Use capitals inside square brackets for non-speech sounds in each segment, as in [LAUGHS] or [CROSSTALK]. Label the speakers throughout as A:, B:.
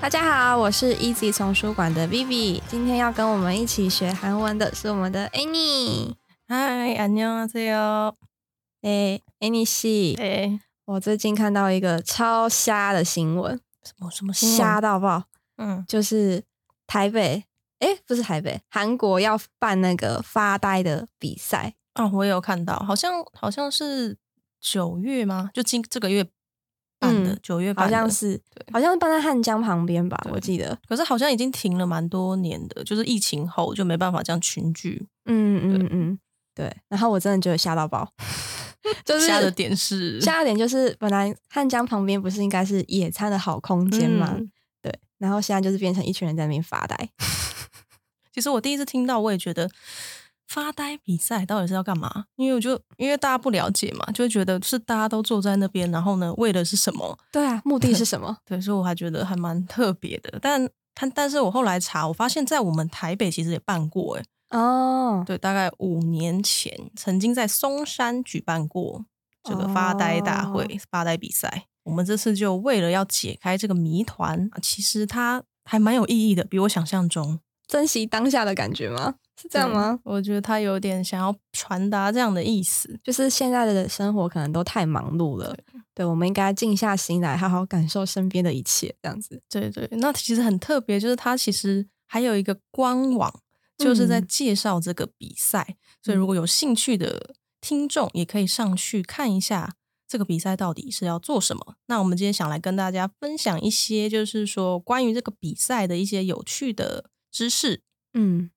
A: 大家好，我是 Easy 丛书馆的 Vivi，今天要跟我们一起学韩文的是我们的 Annie。
B: 嗨，안녕하세요。
A: 哎、a n n i e 系，
B: 哎，
A: 我最近看到一个超瞎的新闻，
B: 什么什么新闻
A: 瞎？到爆！
B: 嗯，
A: 就是台北，哎、不是台北，韩国要办那个发呆的比赛，
B: 啊，我也有看到，好像好像是九月吗？就今这个月办的，
A: 嗯
B: 九、月办
A: 好
B: 的
A: 像。是
B: 对，
A: 好像是办在汉江旁边吧，我记得。
B: 可是好像已经停了蛮多年的，就是疫情后就没办法这样群聚。
A: 嗯嗯嗯，对。然后我真的觉得吓到
B: [LAUGHS]
A: 爆，就是
B: 瞎的点是
A: 吓的点就是本来汉江旁边不是应该是野餐的好空间吗？
B: 嗯
A: 对，然后现在就是变成一群人在那边发呆。
B: 其实我第一次听到，我也觉得发呆比赛到底是要干嘛？因为我就因为大家不了解嘛，就会觉得是大家都坐在那边，然后呢，为的是什么？
A: 对啊，目的是什么？
B: 对，所以我还觉得还蛮特别的。但但但是我后来查，我发现在我们台北其实也办过、欸，
A: [LAUGHS] 哦，
B: 对，大概五年前曾经在松山举办过这个发呆大会、
A: 哦
B: 发呆比赛。我们这次就为了要解开这个谜团，其实它还蛮有意义的，比我想象中。
A: 珍惜当下的感觉吗？是这样吗？
B: 对？我觉得他有点想要传达这样的意思。
A: 就是现在的生活可能都太忙碌了，对我们应该静下心来，好好感受身边的一切，这样子。
B: 对对，那其实很特别，就是它其实还有一个官网，就是在
A: 嗯
B: 介绍这个比赛，所以如果有兴趣的听众也可以上去看一下这个比赛到底是要做什么。那我们今天想来跟大家分享一些，就是说关于这个比赛的一些有趣的知识。
A: 嗯，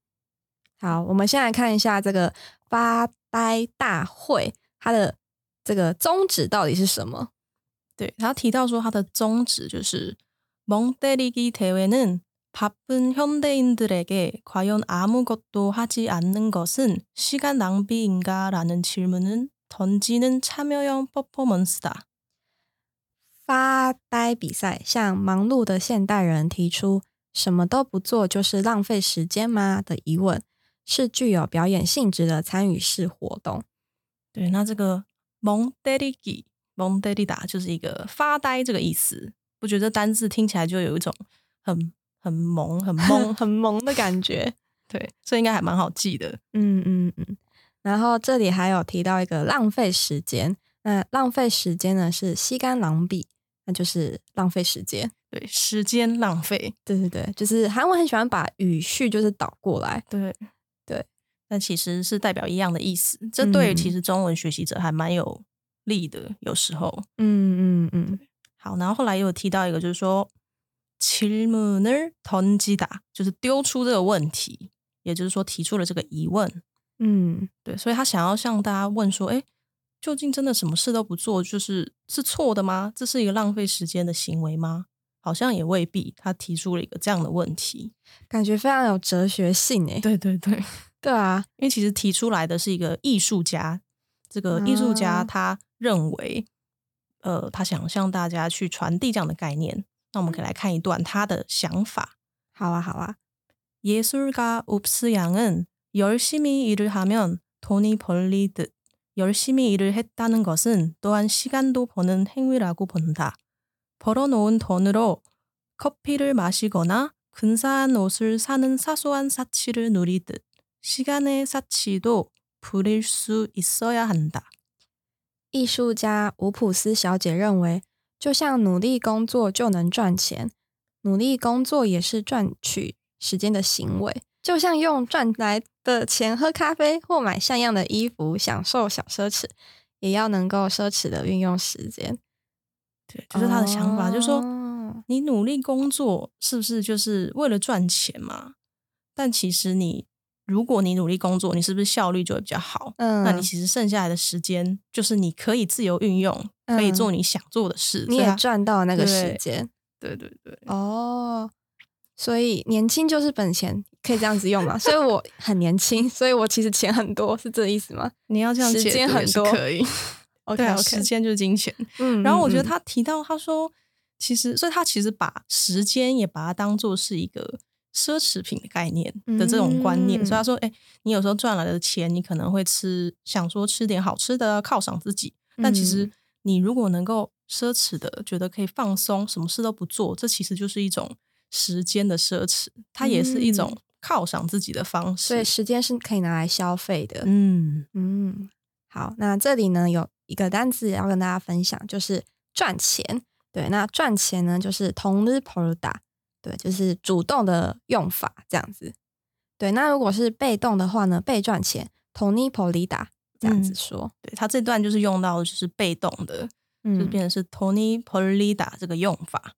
A: 好，我们先来看一下这个发呆大会它的这个宗旨到底是什么？
B: 对，他提到说他的宗旨就是멍때리기대회는바쁜현대인들에게과연아무것도하지않는것은시간낭비인가라는질문은던지는참여형퍼포먼스다。
A: 发呆比赛向忙碌的现代人提出“什么都不做就是浪费时间吗”的疑问，是具有表演性质的参与式活 [LAUGHS] 动。，
B: 对，那这个멍때리기멍때리다就是一个发呆这个意思。不觉得单字听起来就有一种很很萌、很懵
A: 很萌的感觉。
B: 对，所以应该还蛮好记的。
A: 嗯嗯嗯。然后这里还有提到一个浪费时间，那浪费时间呢是吸干狼狈，那就是浪费时间。
B: 对，时间浪费。
A: 对对对，就是韩文很喜欢把语序就是倒过来。
B: 对
A: 对，
B: 但其实是代表一样的意思。这对于其
A: 嗯
B: 实中文学习者还蛮有利的，有时候。
A: 嗯嗯嗯，
B: 好，然后后来又有提到一个，就是说질문을던지다，就是丢出这个问题，也就是说提出了这个疑问。
A: 嗯
B: 对，所以他想要向大家问说，哎，究竟真的什么事都不做，就是是错的吗？这是一个浪费时间的行为吗？好像也未必。他提出了一个这样的问题。
A: 感觉非常有哲学性诶。
B: 对对对。
A: 对啊，
B: 因为其实提出来的是一个艺术家，这个艺术
A: 啊
B: 家他认为，呃，他想向大家去传递这样的概念。那我们可以来看一段他的想法。
A: 好啊好啊，
B: 예술가 읍스 양은 열심히 일을 하면 돈이 벌리듯 열심히 일을 했다는 것은 또한 시간도 버는 행위라고 본다. 벌어놓은 돈으로 커피를 마시거나 근사한 옷을 사는 사소한 사치를 누리듯 시간의 사치도 부릴 수 있어야 한다.
A: 艺术家吴普斯小姐认为，就像努力工作就能赚钱，努力工作也是赚取时间的行为，就像用赚来的钱喝咖啡或买像样的衣服，享受小奢侈，也要能够奢侈的运用时间。
B: 对，就是他的想法，就是说
A: 哦
B: 你努力工作是不是就是为了赚钱嘛？但其实你如果你努力工作，你是不是效率就会比较好？
A: 嗯，
B: 那你其实剩下来的时间，就是你可以自由运用，可以
A: 嗯
B: 做你想做的事。
A: 你
B: 所以
A: 也
B: 他
A: 赚到那个时
B: 啊对
A: 间
B: 对对对，
A: 哦。所以年轻就是本钱，可以这样子用嘛？所以我很年轻，所以我其实钱很多，是这个意思吗
B: 你要这样
A: 时
B: 解
A: 间
B: 读也
A: 很
B: 是
A: 多
B: 可以。 [LAUGHS]
A: ？OK
B: 对啊，
A: OK，
B: 时间就是金钱。
A: 嗯
B: 然后我觉得
A: 嗯
B: 他提到，他说其实，所以他其实把时间也把它当做是一个奢侈品的概念的这种观念。
A: 嗯
B: 所以他说，哎、你有时候赚来的钱，你可能会吃，想说吃点好吃的啊犒赏自己，但其
A: 嗯
B: 实你如果能够奢侈的觉得可以放松，什么事都不做，这其实就是一种时间的奢侈，它也是一种犒赏自己的方
A: 所以
B: 式。
A: 时嗯间是可以拿来消费的。
B: 嗯，
A: 嗯，好，那这里呢有一个单字要跟大家分享，就是赚钱。对，那赚钱呢就是同日 p o d a 对，就是主动的用法这样子。对，那如果是被动的话呢，被赚钱同日 p o d a 这样子
B: 嗯
A: 说。
B: 对，他这段就是用到的就是被动的，就变成是 Tony Polida 这个用法。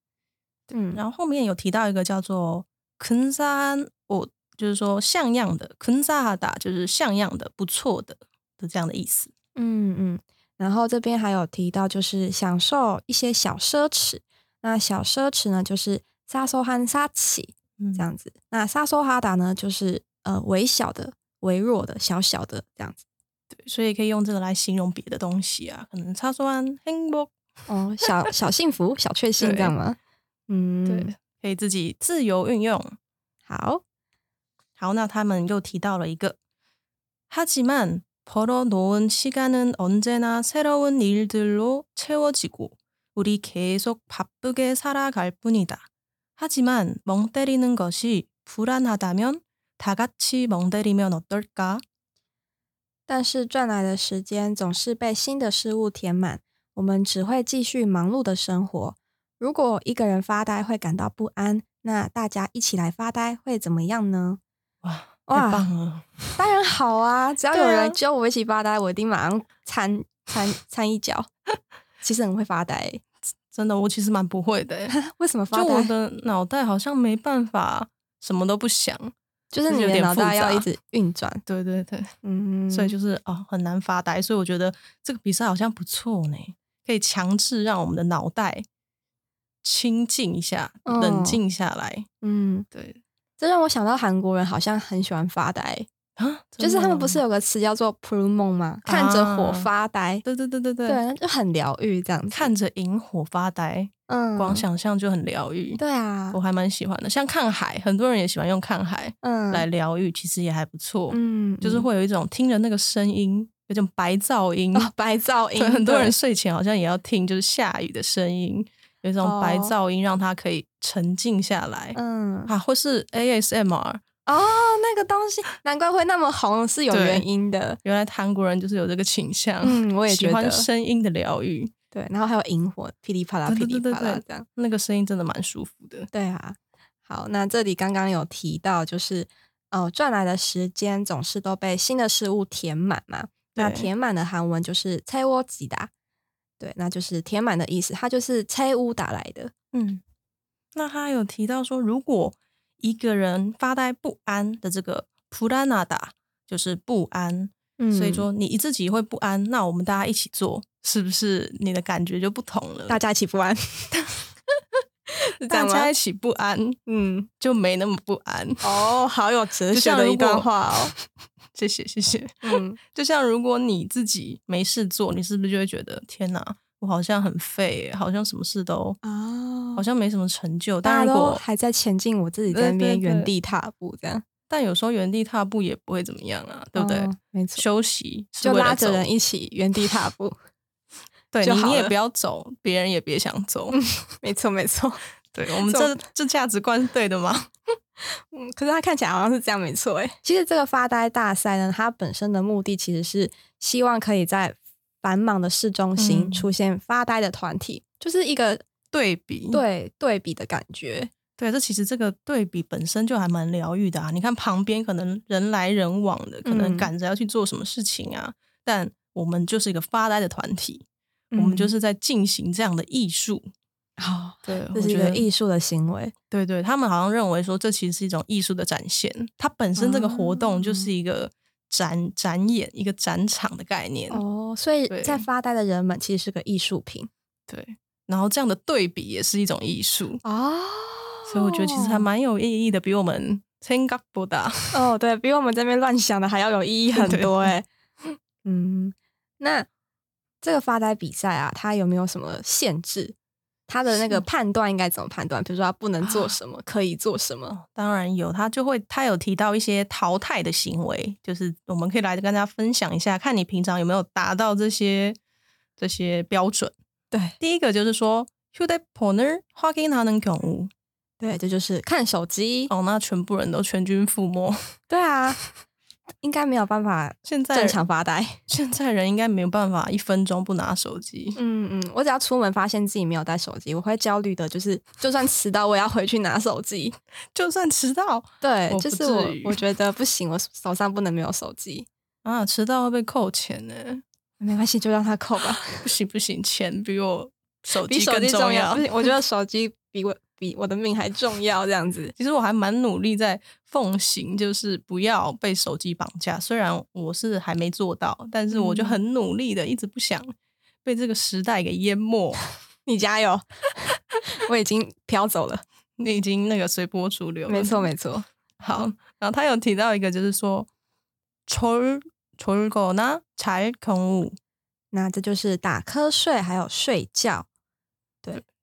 A: 嗯，
B: 然后后面有提到一个叫做 k u n z a n 我就是说像样的 k u n z a d a 就是像样的、不错的的这样的意思。
A: 嗯嗯，然后这边还有提到，就是享受一些小奢侈。那小奢侈呢，就是沙收和沙起
B: 嗯
A: 这样子。那沙收哈达呢，就是呃微小的、微弱的、小小的这样子。
B: 对，所以可以用这个来形容别的东西啊，可能他说 “hangbo”
A: 哦，小小幸福、小确幸这样吗？嗯，
B: 对，，可以自己自由运用。
A: 好，
B: 好，那他们又提到了一个，하지만 벌어놓은 시간은 언제나 새로운 일들로 채워지고 우리 계속 바쁘게 살아갈 뿐이다. 하지만 멍 때리는 것이 불안하다면 다 같이 멍 때리면 어떨까?
A: 但是赚来的时间总是被新的事物填满，我们只会继续忙碌的生活。如果一个人发呆会感到不安，那大家一起来发呆会怎么样呢？
B: 와,
A: 와.
B: 대빵.
A: 当然好啊，只要有
B: 对啊
A: 人揪我一起发呆，我一定马上参参参一脚。其实很会发呆欸，
B: 真的，我其实蛮不会的欸。
A: 为什么发
B: 就我
A: 呆？
B: 的脑袋好像没办法什么都不想。
A: 就是
B: 就是
A: 你
B: 有
A: 的
B: 点
A: 脑
B: 复
A: 袋要
B: 杂
A: 一直运转，
B: 对对对，
A: 嗯，
B: 所以就是哦很难发呆，所以我觉得这个比赛好像不错呢，可以强制让我们的脑袋清静一下，
A: 嗯
B: 冷静下来。
A: 嗯，
B: 对
A: 这让我想到韩国人好像很喜欢发呆，
B: 啊，
A: 就是他们不
B: 真
A: 是
B: 的吗
A: 有个词叫做 “pru 梦”吗？看着火发呆，
B: 对对对对对，
A: 对，那就很疗愈这样子。
B: 看着萤火发呆，
A: 嗯，
B: 光想象就很疗愈。
A: 对啊
B: 我，还蛮喜欢的，像看海，很多人也喜欢用看海
A: 嗯，
B: 来疗愈，其实也还不错。
A: 嗯，
B: 就是会有一种听着那个声音，有种白噪
A: 嗯
B: 音
A: 哦，白噪音
B: 对，，很多
A: 对
B: 人睡前好像也要听，就是下雨的声音，有一种白
A: 哦
B: 噪音，让他可以沉静下来、
A: 嗯
B: 啊，或是 ASMR。
A: 哦，那个东西难怪会那么红，是有
B: 对
A: 原因的。
B: 原来韩国人就是有这个倾向，
A: 嗯，我也
B: 喜
A: 觉得
B: 欢声音的疗愈，
A: 对，然后还有萤火噼里啪啦、
B: 对
A: 噼
B: 对
A: 里
B: 对对
A: 啪啦
B: 对
A: 这样。
B: 那个声音真的蛮舒服的。
A: 对啊，好，那这里刚刚有提到，就是呃，赚来的时间总是都被新的事物填满嘛。那
B: 对
A: 填满的韩文就是“拆窝吉达”，对，那就是填满的意思，它就是“拆屋”打来的。
B: 嗯，那他有提到说，如果一个人发呆不安的这个普拉纳达就是不安，
A: 嗯
B: 所以说你自己会不安，那我们大家一起做，是不是你的感觉就不同了？
A: 大家一起不安，是这
B: 大
A: 样
B: 家
A: 吗？
B: 一起不安，
A: 嗯，
B: 就没那么不安。
A: 哦，好有哲
B: 就
A: 学
B: 像
A: 的
B: 如
A: 一段
B: 果
A: 话 [LAUGHS] 哦。
B: 谢谢谢谢。
A: 嗯，
B: 就像如果你自己没事做，你是不是就会觉得天哪，我好像很废，好像什么事都
A: 啊
B: 好像没什么成就。
A: 大
B: 但
A: 家
B: 如
A: 都
B: 果
A: 还在前进，我自己在
B: 对
A: 那
B: 对
A: 边原
B: 对
A: 地踏步，这样
B: 但有时候原地踏步也不会怎么样啊，对不对？
A: 哦没错，
B: 休息是
A: 就
B: 为了
A: 拉着
B: 走
A: 人一起原地踏步。
B: 对
A: 就
B: 你
A: 好
B: 你也
A: 了嗯
B: 不要走，别人也别想走。
A: [LAUGHS] 没错，没错。 [LAUGHS]
B: 对我们
A: 走
B: 这这价值观是对的吗？
A: 嗯，可是他看起来好像是这样，没错。哎，其实这个发呆大赛呢，它本身的目的其实是希望可以在繁忙的市中心
B: 嗯
A: 出现发呆的团体，就是一个
B: 对比
A: 对对比的感觉。
B: 对，这其实这个对比本身就还蛮疗愈的啊。你看旁边可能人来人往的，可能
A: 嗯
B: 赶着要去做什么事情啊，但我们就是一个发呆的团体，我们就
A: 嗯
B: 是在进行这样的艺术。
A: 哦，
B: 对，
A: 这
B: 我
A: 是一
B: 觉
A: 个
B: 得
A: 艺术的行为。
B: 对对，他们好像认为说这其实是一种艺术的展现，它本身这个活动
A: 啊
B: 就是一个展、展演、一个展场的概念。
A: 哦，所以
B: 对
A: 在发呆的人们其实是个艺术品
B: 对，然后这样的对比也是一种艺术。
A: 哦。
B: 所以我觉得其实还蛮有意义的，比我们啊생각보다
A: [LAUGHS] 哦，对比我们这边乱想的还要有意义很多哎、 [LAUGHS] 嗯，那这个发呆比赛啊，它有没有什么限制？它的那个判断应该怎么判断？比如说，它不能做什么，可以做什么？
B: 当然有，他就会他有提到一些淘汰的行为，就是我们可以来跟大家分享一下，看你平常有没有达到这些这些标准。
A: 对
B: 第一个就是说휴대폰을 확인하는 경우，
A: 对，这就是看手机。
B: 哦，那全部人都全军覆没。
A: [LAUGHS] 对啊，应该没有办法
B: 现在
A: 正常发呆。
B: 现在人应该没有办法一分钟不拿手机。
A: 嗯嗯，我只要出门发现自己没有带手机，我会焦虑的，就是就算迟到，我也要回去拿手机。
B: 就算迟到
A: 对
B: 我，不
A: 就是我
B: 至于
A: 我觉得不行，我手上不能没有手机。
B: 啊，迟到会被扣钱呢、
A: 没关系，就让它扣吧。
B: 不行不行，钱比我手
A: 比
B: 机
A: 手
B: 更
A: 机
B: 重
A: 要。不是，我觉得手机比我比我的命还重要。这样子，
B: 其实我还蛮努力在奉行，就是不要被手机绑架。虽然我是还没做到，但是我就
A: 嗯
B: 很努力的，一直不想被这个时代给淹没。
A: 你加油！ [LAUGHS] 我已经飘走了。
B: 你已经那个随波逐流了，
A: 没错，没错。
B: 好，然后他有提到一个，就是说졸졸거나잘경우，
A: 那这就是打瞌睡，还有睡觉。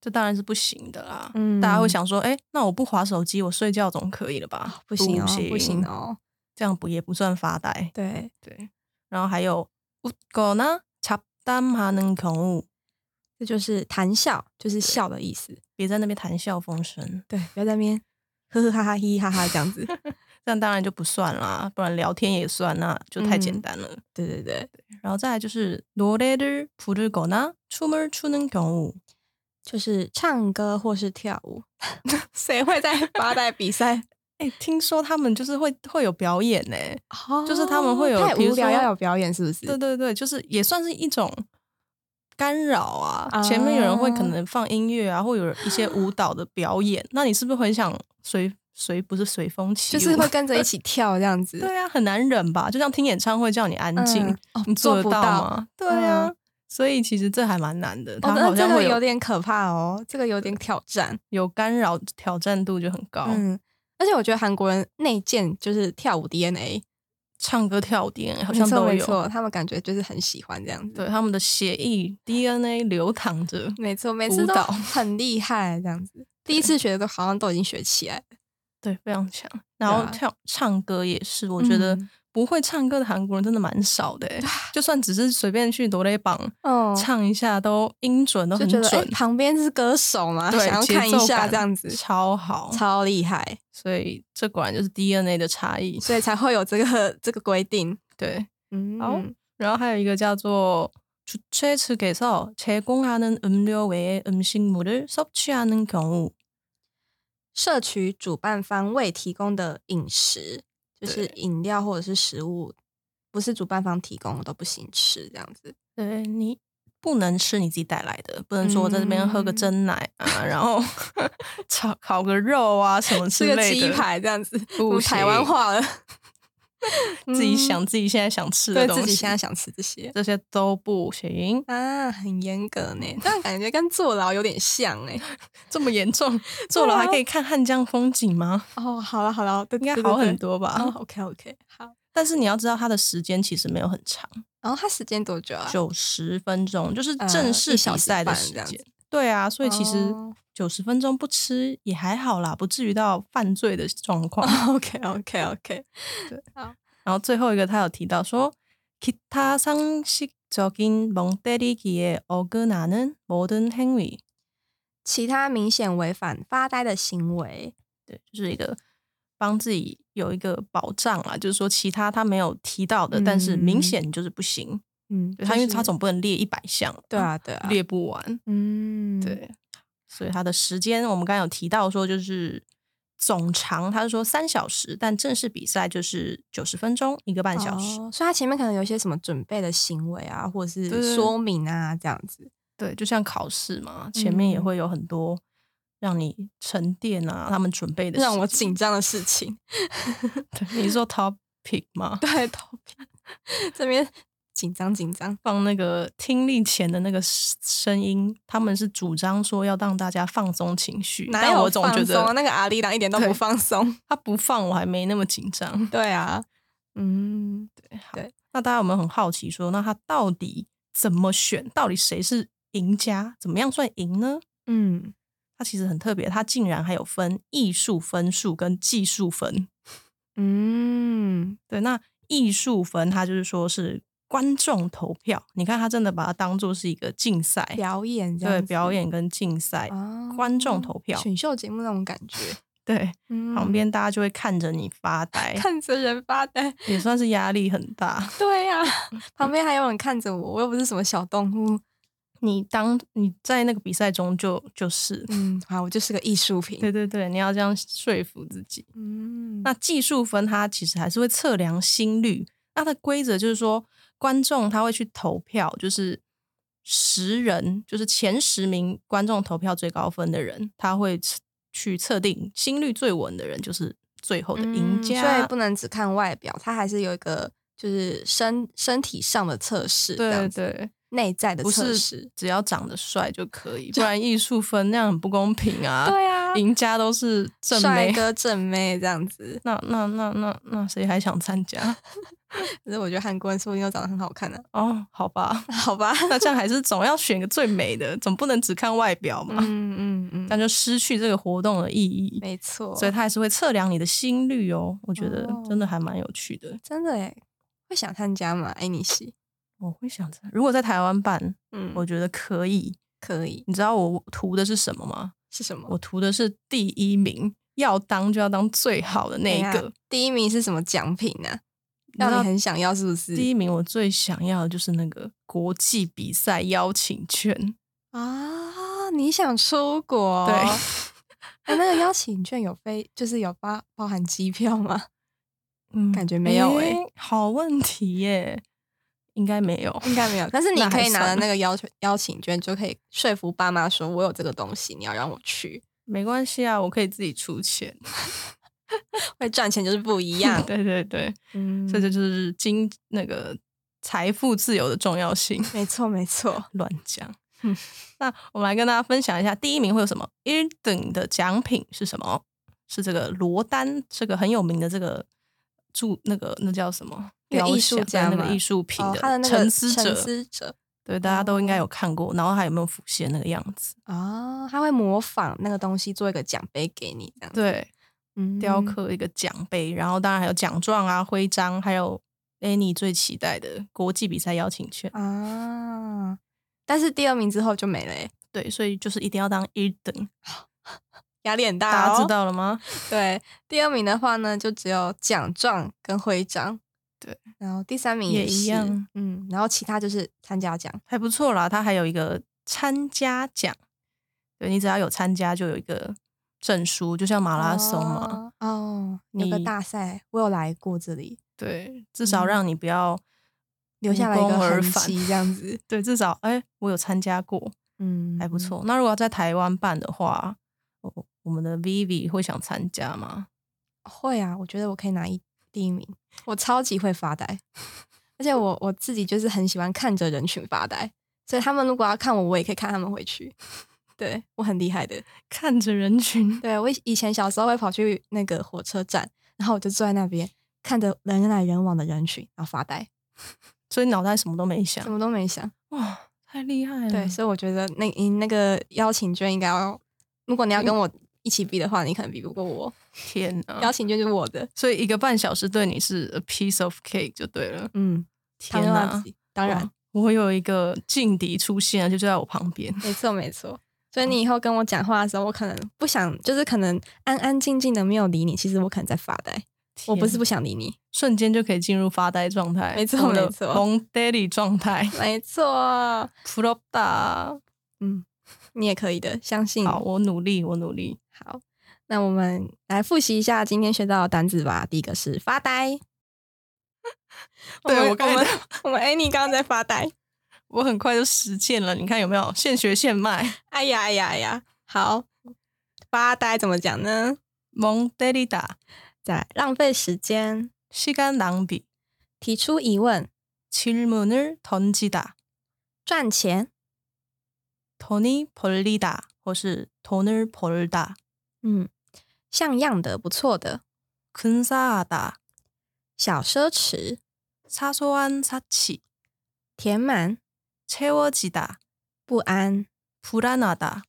B: 这当然是不行的啦。
A: 嗯
B: 大家会想说，哎、那我不划手机，我睡觉总可以了吧？
A: 不行哦，
B: 不
A: 不行，哦。
B: 这样不也不算发呆。
A: 对，
B: 对，然后还有웃거나잡담하는경우，
A: 这就是谈笑，就是笑的意思。
B: 别在那边谈笑风生，
A: 对，不要在那边呵呵哈哈、嘻嘻哈哈这 [LAUGHS] 样子。
B: 这样当然就不算啦，不然聊天也算，那就太简
A: 嗯
B: 单了。
A: 对对对，
B: 然后再来就是노래를부르거나춤을추는경우，
A: 就是唱歌或是跳舞。 [LAUGHS] 谁会 [LAUGHS] 在发呆比赛？
B: 哎、听说他们就是会会有表演呢、
A: 哦
B: 就是他们会有
A: 太
B: 比
A: 无
B: 如说
A: 聊要有表演，是不是？
B: 对对对，就是也算是一种干扰啊。前面有人会可
A: 啊
B: 能放音乐啊，或有一些舞蹈的表演，那你是不是很想随随不是随风起
A: 就
B: 舞？
A: 是会跟着一起跳这 [LAUGHS] 样子。
B: 对啊，很难忍吧？就像听演唱会叫你安静，
A: 嗯哦
B: 你做得
A: 做不到
B: 吗？对啊，所以其实这还蛮难的，它
A: 哦，那
B: 好
A: 这
B: 像
A: 个
B: 会
A: 有
B: 有
A: 点可怕哦，这个有点挑战。
B: 有干扰，挑战度就很高。
A: 嗯，而且我觉得韩国人内建就是跳舞 DNA，
B: 唱歌跳点好
A: 好
B: 像都
A: 没
B: 有，
A: 错，他们感觉就是很喜欢这样子。
B: 对他们的血液 DNA 流淌着。
A: 没错，每次都
B: 蹈 [LAUGHS]
A: 很厉害这样子。第一次学的都好像都已经学起来了。
B: 对，非常强。然后
A: 啊
B: 跳、唱歌也是，我觉得
A: 嗯啊
B: 不会唱歌的韩国人真的蛮少的欸、就算只是随便去哆来榜、
A: 哦
B: 唱一下，都音准都
A: 就
B: 很
A: 觉
B: 准
A: 得，哎、诶旁边是歌手嘛，
B: 对，
A: 想要
B: 节
A: 看一
B: 奏
A: 下
B: 感
A: 这样子，
B: 超好。
A: 超厉害，
B: 所以这果然就是 DNA 的差异。
A: 所以才会有这个 [LAUGHS] 这个规定。
B: 对，
A: 嗯，
B: 好然后还有一个叫做주최측에서제공하는음료외의음식물을섭취하는경우，
A: 摄取主办方未提供的饮食，就是
B: 对
A: 饮料或者是食物，不是主办方提供的都不行吃，这样子。
B: 对你不能吃你自己带来的，不能说我在这边喝个
A: 嗯
B: 真奶啊，然后 [LAUGHS] 炒烤个肉啊什么之
A: 吃个
B: 类的，
A: 鸡排这样子，
B: 不
A: 我台湾
B: 行
A: 话了，
B: [LAUGHS] 自己
A: 嗯
B: 想自己现在想吃的
A: 对
B: 东西，
A: 自己现在想吃这些
B: 这些都不行，
A: 啊，很严格呢，但感觉跟坐牢有点像
B: [LAUGHS]
A: 哎。
B: 这么严重，坐牢还可以看汉江风景吗？
A: 哦，好了好了，对
B: 应该
A: 啊对对
B: 好很
A: 对
B: 多吧。
A: 哦，OK OK，好。
B: 但是你要知道，它的时间其实没有很长，
A: 然后它时间多久啊？ [LAUGHS]
B: 九十分钟就是
A: 呃
B: 正式
A: 一小
B: 比
A: 时
B: 赛的
A: 半
B: 时
A: 这样
B: 间
A: 子。
B: 对啊，所以其实
A: 哦
B: 九十分钟不吃也还好啦，不至于到犯罪的
A: [LAUGHS]
B: 状况。
A: OK OK OK，
B: 然后最后一个他有提到说，기타상식적인멍때리기에어긋나는모든행위，
A: 其他明显违反发呆的行为，
B: 对，就是一个帮自己有一个保障啦，就是说其他他没有提到的，但是明
A: 嗯
B: 显就是不行。
A: 嗯，
B: 对他，因为他
A: 就是
B: 总不能列一百项嘛，
A: 对啊对啊，
B: 列不完。
A: 嗯，
B: 对，所以它的时间我们刚刚有提到说，就是总长，他是说三小时，但正式比赛就是九十分钟，一个半小时。
A: 哦所以他前面可能有一些什么准备的行为啊，或者
B: 对对
A: 是
B: 对
A: 说明啊，这样子。
B: 对，就像考试嘛，前面也
A: 嗯
B: 会有很多让你沉淀啊，他们准备的
A: 让
B: 时
A: 我
B: 间
A: 紧。张的事情， [LAUGHS]
B: [LAUGHS] 对你是说 topic 吗？
A: 对，头皮 [LAUGHS] 这边紧张紧张。
B: 放那个听力前的那个声音，他们是主张说要让大家放松情绪，
A: 哪
B: 但
A: 有
B: 我总觉
A: 放松啊
B: 得
A: 那个阿力郎一点都
B: 对
A: 不放松。 [LAUGHS]
B: 他不放我还没那么紧张。
A: 对啊，嗯，
B: 那大家有没有很好奇说，那他到底怎么选？到底谁是赢家？怎么样算赢呢？
A: 嗯，
B: 它其实很特别，它竟然还有分艺术分数跟技术分。
A: 嗯，
B: 对，那艺术分它就是说是观众投票，你看他真的把它当做是一个竞赛，
A: 表演这样
B: 对，
A: 子
B: 表演跟竞赛，
A: 啊
B: 观众投票
A: 选秀节目那种感觉，
B: 对，
A: 嗯
B: [LAUGHS] 旁边哎大家就会看着你发呆，
A: [LAUGHS] 看着人发呆。 [LAUGHS]
B: 也算是压力很大。
A: 对
B: [LAUGHS]
A: 呀、旁边还有人看着我，我又不是什么小动物。
B: 你当你在那个比赛中就就是，
A: 嗯，好，我就是个艺术品。
B: 对对对，你要这样说服自己。
A: 嗯，
B: 那技术分它其实还是会测量心率，那它的规则就是说，观众他会去投票，就是十人，就是前十名观众投票最高分的人，他会测去测定心率最稳的人就是最后的赢
A: 嗯
B: 家。
A: 所以不能只看外表，它还是有一个就是身身体上的测试，这
B: 对
A: 样子
B: 对，
A: 内在的
B: 不
A: 测
B: 是
A: 试。
B: 只要长得帅就可以，不然艺术分那样很不公平啊！
A: 对啊，
B: 赢家都是正
A: 帅
B: 妹，
A: 哥正妹这样子。
B: 那那那那那谁还想参加？ [LAUGHS]
A: 可是我觉得韩国人说不定都长得很好看呢、
B: 哦，好吧。
A: 好吧，
B: [LAUGHS] 那这样还是总要选个最美的，总不能只看外表嘛，
A: 嗯嗯
B: 这样就失去这个活动的意义。
A: 没错。
B: 所以它还是会测量你的心率哦，我觉得
A: 哦
B: 真的还蛮有趣的。
A: 真的哎，会想参加吗？爱你系，
B: 我会想着，如果在台湾办，
A: 嗯，
B: 我觉得可以。
A: 可以
B: 你知道我图的是什么吗？
A: 是什么？
B: 我图的是第一名，要当就要当最好的那一
A: 等
B: 个
A: 下。第一名是什么奖品呢、啊？
B: 知道
A: 让你很想要是不是？
B: 第一名我最想要的就是那个国际比赛邀请券，
A: 啊，你想出国？
B: 对
A: 哎、那个邀请券有飞，就是有包包含机票吗？ [LAUGHS]
B: 嗯
A: 感觉没有欸
B: 诶好问题耶，应该没有。
A: 应该
B: [LAUGHS]
A: 没有，但是你
B: 那还
A: 可以拿着
B: 算
A: 那个邀请邀请券，就可以说服爸妈说，我有这个东西，你要让我去，
B: 没关系啊，我可以自己出钱。。
A: 会赚钱就是不一样
B: [LAUGHS] 对对对，
A: [LAUGHS] 嗯
B: 所以这就是经那个财富自由的重要性。
A: 没错没 [LAUGHS] 错，
B: 乱讲
A: 嗯。
B: 那我们来跟大家分享一下，第一名会有什么？一等的奖品是什么？是这个罗丹，这个很有名的这个著那个那叫什么？
A: 那个
B: 雕
A: 艺术
B: 像
A: 家
B: 对那
A: 嘛
B: 个艺术品
A: 哦他的那个
B: 沉思
A: 沉
B: 者，
A: 思哦者
B: 对大家都应该有看过。然后还有没有浮现那个样子？
A: 啊、他会模仿那个东西做一个奖杯给你，这样子
B: 对，
A: 嗯
B: 雕刻一个奖杯，然后当然还有奖状啊、徽章，还有 Annie 最期待的国际比赛邀请券。
A: 啊。但是第二名之后就没了、欸，
B: 对，所以就是一定要当一等，
A: 压力很大、哦
B: 大家知。道了吗？
A: 对，第二名的话呢，就只有奖状跟徽章。
B: 对，
A: 然后第三名
B: 也
A: 是
B: 一样，
A: 嗯，然后其他就是参加奖。
B: 还不错啦，它还有一个参加奖，对你只要有参加就有一个证书，就像马拉松嘛，
A: 哦，哦有个
B: 你
A: 大赛，我有来过这里，
B: 对，至少
A: 嗯
B: 让你不要
A: 留下来一
B: 无
A: 个
B: 功而
A: 痕
B: 返，
A: 迹这样子。
B: 对，至少哎、我有参加过，
A: 嗯，
B: [LAUGHS] 还不。错。那如果要在台湾办的话，我我们的 Vivi 会想参加吗？
A: 会啊，我觉得我可以拿一第一名，我超级会发呆，
B: [LAUGHS]
A: 而且我我自己就是很喜欢看着人群发呆，所以他们如果要看我，我也可以看他们回去。 [LAUGHS] 对我很厉害的，
B: 看着人群，
A: 对我以以前小时候会跑去那个火车站，然后我就坐在那边看着人来人往的人群，然后发呆，
B: 所以脑袋什么都没想
A: 什，么都没想。
B: 哇，太厉害了！
A: 对，所以我觉得那你那个邀请券应该要，如果你要跟我一起比的话，你可能比不过我。
B: 天
A: 邀
B: 啊！
A: 请券就是我的，
B: 所以一个半小时对你是 a piece of cake 就对了。
A: 嗯，
B: 天
A: 当然
B: 哪！
A: 当然
B: 哇，我有一个劲敌出现了，啊就就在我旁边。
A: 没错没错。所以
B: 嗯
A: 你以后跟我讲话的时候，我可能不想，就是可能安安静静的没有理你，其实我可能在发呆，我不是不
B: 天
A: 想理你。
B: 瞬间就可以进入发呆状态，
A: 没错
B: 我们的
A: 没错
B: 红 daddy 状态
A: 没
B: [LAUGHS]
A: 错，
B: p r o d a
A: 嗯，你也可以的，相信
B: 好，我努力，我努力。
A: 好，那我们来复习一下今天学到的单字吧。第一个是发
B: [LAUGHS]
A: 呆。
B: 对
A: 们
B: 我刚才
A: 们我们 Annie 刚刚在发呆。
B: 我很快就实践了，你看有没有？现学现卖。 [LAUGHS]
A: 哎呀哎呀哎呀！好，发呆怎么讲呢？
B: 蒙 daddy 打
A: 再来浪费时间，
B: 西干狼比
A: 提出疑问，
B: 질문을 던지다,
A: 赚钱，
B: 돈이 벌리다, 或是 돈을 벌다,
A: 嗯，像样的、不错的，
B: 근사하다,
A: 小奢侈，
B: 사소한 사치,
A: 填满，
B: 채워지다,
A: 不安。
B: 불안하다.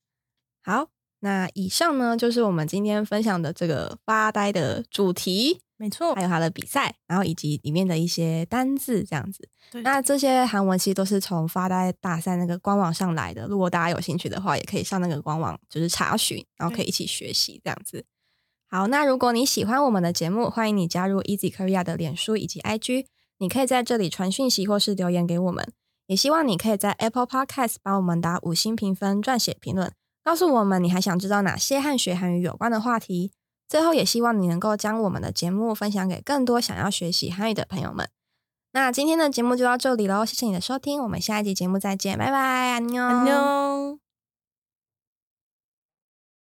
A: 好，那以上呢就是我们今天分享的这个发呆的主题。
B: 没错，
A: 还有它的比赛，然后以及里面的一些单字这样子。
B: 对
A: 那这些韩文其实都是从发呆大赛那个官网上来的，如果大家有兴趣的话，也可以上那个官网就是查询，然后可以一起学习这样子。好，那如果你喜欢我们的节目，欢迎你加入 Easy Korea 的脸书以及 IG，你可以在这里传讯息或是留言给我们。也希望你可以在 Apple Podcast 帮我们打五星评分、撰写评论，告诉我们你还想知道哪些和学韩语有关的话题。最后，也希望你能够将我们的节目分享给更多想要学习韩语的朋友们。那今天的节目就到这里喽，谢谢你的收听，我们下一集节目再见，拜拜，安妞，
B: 안녕.